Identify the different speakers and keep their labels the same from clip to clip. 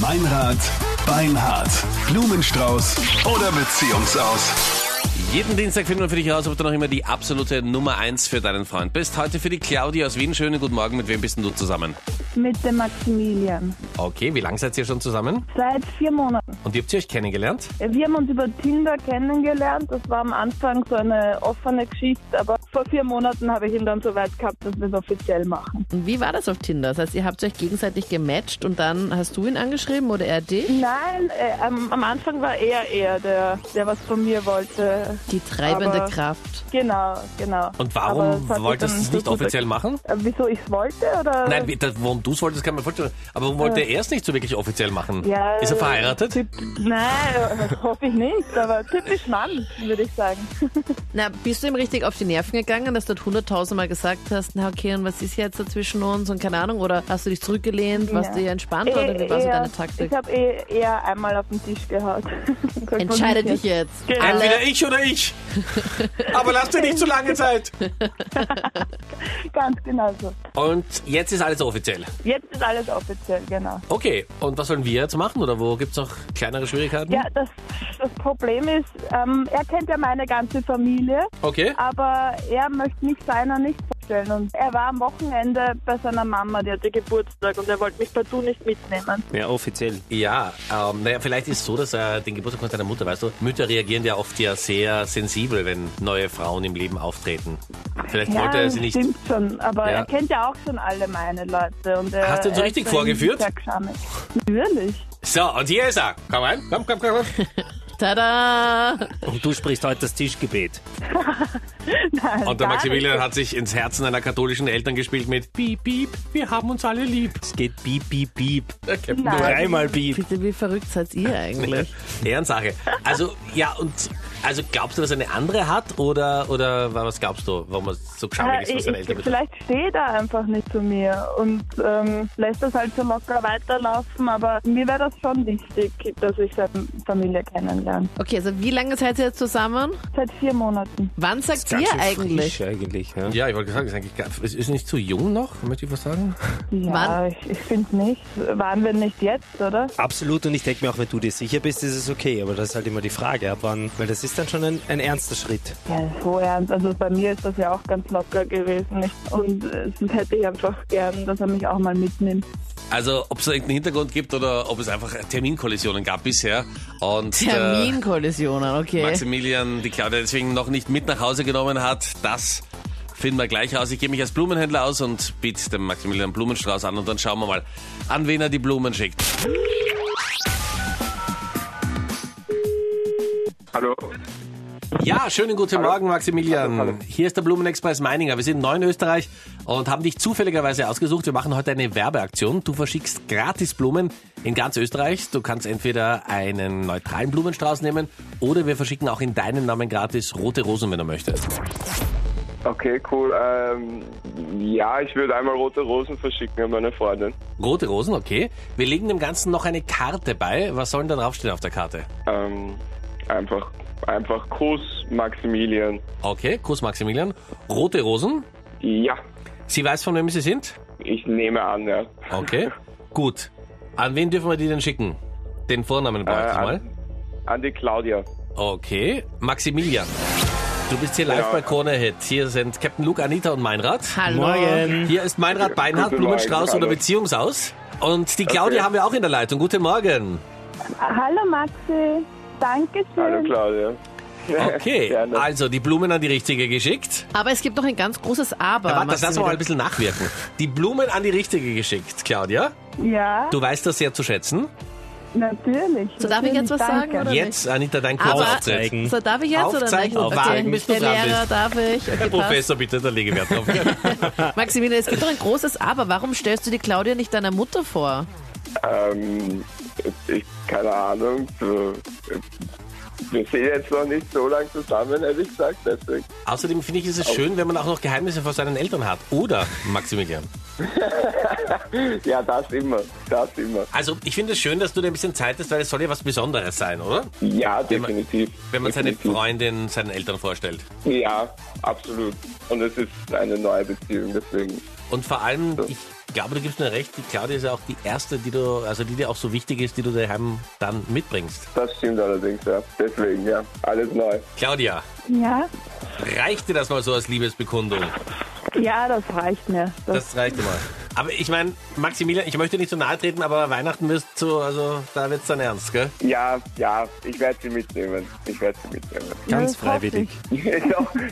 Speaker 1: Meinrad, Beinhard, Blumenstrauß oder Beziehungsaus.
Speaker 2: Jeden Dienstag finden wir für dich raus, ob du noch immer die absolute Nummer 1 für deinen Freund bist. Heute für die Claudia aus Wien. Schönen guten Morgen. Mit wem bist denn du zusammen?
Speaker 3: Mit dem Maximilian.
Speaker 2: Okay, wie lange seid ihr schon zusammen?
Speaker 3: Seit vier Monaten.
Speaker 2: Und ihr habt ihr euch kennengelernt?
Speaker 3: Wir haben uns über Tinder kennengelernt. Das war am Anfang so eine offene Geschichte, aber vor vier Monaten habe ich ihn dann so weit gehabt, dass wir es offiziell machen.
Speaker 4: Wie war das auf Tinder? Das heißt, ihr habt euch gegenseitig gematcht und dann hast du ihn angeschrieben oder er dich?
Speaker 3: Nein, äh, am, am Anfang war er eher der, der was von mir wollte.
Speaker 4: Die treibende
Speaker 3: Aber-
Speaker 4: Kraft.
Speaker 3: Genau, genau.
Speaker 2: Und
Speaker 3: Aber es
Speaker 2: warum
Speaker 3: hat sich
Speaker 2: wolltest du
Speaker 3: dann
Speaker 2: es nicht
Speaker 3: so gut
Speaker 2: offiziell machen?
Speaker 3: erg- Äh, Wieso ich es wollte? Oder?
Speaker 2: Nein, wie- das- warum du es wolltest, kann man vorstellen. Aber warum wollte er es nicht so wirklich offiziell machen?
Speaker 3: Ja, äh,
Speaker 2: Ist er verheiratet?
Speaker 3: Typ, nein, hoffe ich nicht, aber typisch Mann, würde ich sagen.
Speaker 4: Na, bist du ihm richtig auf die Nerven gegangen, dass du das hunderttausendmal gesagt hast, na okay, und was ist jetzt dazwischen uns und keine Ahnung, oder hast du dich zurückgelehnt, warst
Speaker 3: Ja.
Speaker 4: du eher entspannt oder wie war so
Speaker 3: Eher-
Speaker 4: deine Taktik?
Speaker 3: Ich habe eh, eher einmal auf den Tisch gehaut. Sagt man
Speaker 4: Entscheide
Speaker 3: nicht
Speaker 4: dich jetzt.
Speaker 3: Genau.
Speaker 2: Entweder ich oder ich. Aber lass dir nicht zu lange Zeit.
Speaker 3: jetzt. Ganz genau so.
Speaker 2: Und jetzt ist alles offiziell.
Speaker 3: Jetzt ist alles offiziell, genau.
Speaker 2: Okay, und was sollen wir jetzt machen? Oder wo gibt's noch kleinere Schwierigkeiten?
Speaker 4: Hm?
Speaker 3: Ja, das, das Problem ist, ähm, er kennt ja meine ganze Familie,
Speaker 2: Okay.
Speaker 3: aber er möchte mich seiner nicht vorstellen. Und er war am Wochenende bei seiner Mama, die hatte Geburtstag und er wollte mich partout nicht mitnehmen.
Speaker 5: Ja, offiziell.
Speaker 2: Ja, ähm, naja, vielleicht ist es so, dass er den Geburtstag von seiner Mutter, weißt du, Mütter reagieren ja oft ja sehr sensibel, wenn neue Frauen im Leben auftreten. Vielleicht wollte
Speaker 3: ja,
Speaker 2: er
Speaker 3: das
Speaker 2: sie nicht.
Speaker 3: stimmt schon, aber
Speaker 2: Ja.
Speaker 3: er kennt ja auch schon alle meine Leute. Und er,
Speaker 2: Hast du ihn so
Speaker 3: er
Speaker 2: richtig
Speaker 3: ist ein
Speaker 2: vorgeführt?
Speaker 3: sehr geschamig. Natürlich.
Speaker 2: So, und hier ist er. Komm rein. Komm, komm, komm, komm.
Speaker 4: Tada!
Speaker 5: Und du sprichst heute das Tischgebet.
Speaker 3: Nein,
Speaker 2: Und der
Speaker 3: gar
Speaker 2: Maximilian
Speaker 3: nicht.
Speaker 2: hat sich ins Herzen einer katholischen Eltern gespielt mit Piep, Piep, wir haben uns alle lieb.
Speaker 5: Es geht beep, beep, beep.
Speaker 2: Der Captain
Speaker 3: Nein.
Speaker 2: Drei.
Speaker 5: Dreimal beep.
Speaker 4: Bitte, wie verrückt seid ihr eigentlich?
Speaker 2: Ehrensache. Also, ja, und also glaubst du, dass er eine andere hat? Oder, oder was glaubst du, warum er so
Speaker 3: Ja,
Speaker 2: geschamig ist, was
Speaker 3: Äh, ich,
Speaker 2: seine Eltern
Speaker 3: ich,
Speaker 2: betrifft?
Speaker 3: vielleicht steht er einfach nicht zu mir und ähm, lässt das halt so locker weiterlaufen, aber mir wäre das schon wichtig, dass ich seine Familie kennenlerne.
Speaker 4: Okay, also wie lange seid ihr jetzt zusammen?
Speaker 3: Seit vier Monaten.
Speaker 4: Wann sagt ihr
Speaker 5: schön
Speaker 4: eigentlich?
Speaker 5: frisch eigentlich ne? ja.
Speaker 2: Ja, ich wollte sagen, ist eigentlich gar- ist, ist nicht zu jung noch, möchte ich was sagen?
Speaker 3: Ja,
Speaker 4: Wann?
Speaker 3: ich, ich finde nicht. Waren wir nicht jetzt, oder?
Speaker 5: Absolut, und ich denke mir auch, wenn du dir sicher bist, ist es okay. Aber das ist halt immer die Frage, ab wann. Weil das ist dann schon ein, ein ernster Schritt.
Speaker 3: Ja, so ernst. Also bei mir ist das ja auch ganz locker gewesen. Ich, und äh, das hätte ich einfach gern, dass er mich auch mal mitnimmt.
Speaker 2: Also, ob es da irgendeinen Hintergrund gibt oder ob es einfach Terminkollisionen gab bisher. Und äh,
Speaker 4: Terminkollisionen, okay.
Speaker 2: Maximilian, die Claudia deswegen noch nicht mit nach Hause genommen hat, das finden wir gleich raus. Ich gebe mich als Blumenhändler aus und biete dem Maximilian Blumenstrauß an und dann schauen wir mal, an wen er die Blumen schickt.
Speaker 6: Hallo.
Speaker 2: Ja, schönen guten Morgen, Maximilian. Hier ist der Blumenexpress Meininger. Wir sind neu in Österreich und haben dich zufälligerweise ausgesucht. Wir machen heute eine Werbeaktion. Du verschickst gratis Blumen in ganz Österreich. Du kannst entweder einen neutralen Blumenstrauß nehmen oder wir verschicken auch in deinem Namen gratis rote Rosen, wenn du möchtest.
Speaker 6: Okay, cool. Ähm, ja, ich würde einmal rote Rosen verschicken an meine Freundin.
Speaker 2: Rote Rosen, okay. Wir legen dem Ganzen noch eine Karte bei. Was soll denn da draufstehen auf der Karte?
Speaker 6: Ähm, einfach, einfach Kuss, Maximilian.
Speaker 2: Okay, Kuss Maximilian. Rote Rosen.
Speaker 6: Ja,
Speaker 2: Sie weiß, von wem sie sind?
Speaker 6: ich nehme an, ja.
Speaker 2: Okay, gut. An wen dürfen wir die denn schicken? Den Vornamen brauche ich
Speaker 6: Äh,
Speaker 2: mal.
Speaker 6: An die Claudia.
Speaker 2: Okay, Maximilian. Du bist hier live
Speaker 6: Ja.
Speaker 2: bei Krone Hit. Hier sind Captain Luke, Anita und Meinrad.
Speaker 4: Hallo.
Speaker 5: Morgen.
Speaker 2: Hier ist Meinrad Beinhardt,
Speaker 6: Guten Morgen,
Speaker 2: Blumenstrauß oder
Speaker 6: hallo.
Speaker 2: Beziehungsaus. Und die Claudia
Speaker 6: Okay.
Speaker 2: haben wir auch in der Leitung. Guten Morgen.
Speaker 3: Hallo Maxi. Dankeschön.
Speaker 6: Hallo, Claudia.
Speaker 2: Okay,
Speaker 6: Gerne.
Speaker 2: also die Blumen an die richtige geschickt.
Speaker 4: Aber es gibt noch ein ganz großes Aber.
Speaker 2: Ja, warte, das lassen wir mal ein
Speaker 4: Ah, Maximilian.
Speaker 2: bisschen nachwirken. Die Blumen an die richtige geschickt, Claudia.
Speaker 3: Ja,
Speaker 2: Du weißt das sehr zu schätzen.
Speaker 3: natürlich.
Speaker 4: So, darf ich jetzt was
Speaker 3: Natürlich,
Speaker 4: sagen,
Speaker 3: danke.
Speaker 4: oder?
Speaker 2: Jetzt, Anita, dein
Speaker 4: Aber-
Speaker 2: Kurzauftritt.
Speaker 5: Aufzeigen.
Speaker 4: so, darf ich jetzt oder
Speaker 2: Aufzeigen,
Speaker 4: nicht?
Speaker 2: aufzeigen, bis du
Speaker 4: der
Speaker 2: dran bist.
Speaker 4: Lehrer, darf ich? Okay,
Speaker 2: Herr
Speaker 4: passt.
Speaker 2: Professor, bitte, da lege Wert drauf.
Speaker 4: Maximilian, es gibt doch ein großes Aber. Warum stellst du die Claudia nicht deiner Mutter vor?
Speaker 6: Ähm, ich, keine Ahnung. so, äh, Wir sind jetzt noch nicht so lange zusammen, hätte ich gesagt. Deswegen.
Speaker 2: Außerdem finde ich, ist es schön, wenn man auch noch Geheimnisse vor seinen Eltern hat. Oder, Maximilian?
Speaker 6: Ja, das immer. Das immer.
Speaker 2: Also ich finde es schön, dass du dir ein bisschen Zeit hast, weil es soll ja was Besonderes sein, oder?
Speaker 6: Ja,
Speaker 2: man-
Speaker 6: definitiv.
Speaker 2: Wenn man seine
Speaker 6: Definitiv.
Speaker 2: Freundin seinen Eltern vorstellt.
Speaker 6: Ja, absolut. Und es ist eine neue Beziehung, deswegen.
Speaker 2: Und vor allem, ich glaube, du gibst mir recht, die Claudia ist ja auch die erste, die du, also die dir auch so wichtig ist, die du daheim dann mitbringst.
Speaker 6: Das stimmt allerdings, ja. Deswegen, ja. Alles neu.
Speaker 2: Claudia,
Speaker 3: Ja,
Speaker 2: reicht dir das mal so als Liebesbekundung?
Speaker 3: ja, das reicht mir. Das,
Speaker 2: Das reicht mal. Aber ich meine, Maximilian, ich möchte nicht so nahe treten, aber Weihnachten wirst so, also da wird's dann ernst, gell?
Speaker 6: Ja, ja, ich werde sie mitnehmen. Ich werde sie mitnehmen.
Speaker 5: Ganz
Speaker 3: das hoffe
Speaker 5: freiwillig.
Speaker 6: ja,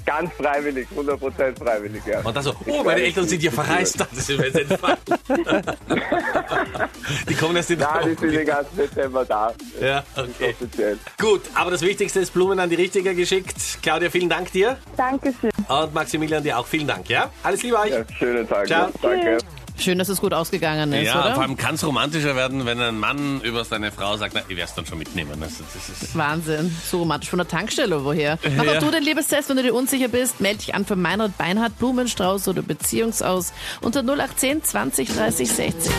Speaker 6: ganz freiwillig, 100% freiwillig, ja.
Speaker 2: Und dann so, oh, meine Eltern sind ja verreist, das ist mir jetzt entfallen. Die kommen erst in
Speaker 6: Nein, die sind den ganzen Dezember da.
Speaker 2: Ja, okay.
Speaker 6: Offiziell.
Speaker 2: Gut, aber das Wichtigste ist, Blumen an die Richtige geschickt. Claudia, vielen Dank dir.
Speaker 3: Dankeschön.
Speaker 2: Und Maximilian dir auch vielen Dank, ja? Alles Liebe euch.
Speaker 6: Ja, schönen Tag.
Speaker 2: Ciao.
Speaker 6: noch. Danke.
Speaker 4: Schön, dass es gut ausgegangen ist,
Speaker 2: Ja,
Speaker 4: oder?
Speaker 2: vor allem kann es romantischer werden, wenn ein Mann über seine Frau sagt, na, ich werde es dann schon mitnehmen. Also, das ist
Speaker 4: Wahnsinn. So romantisch von der Tankstelle, woher? Mach auch du den Liebestest, wenn du dir unsicher bist. Meld dich an für Meinrad Beinhardt, Blumenstrauß oder Beziehungsaus unter 0810 20 30 60.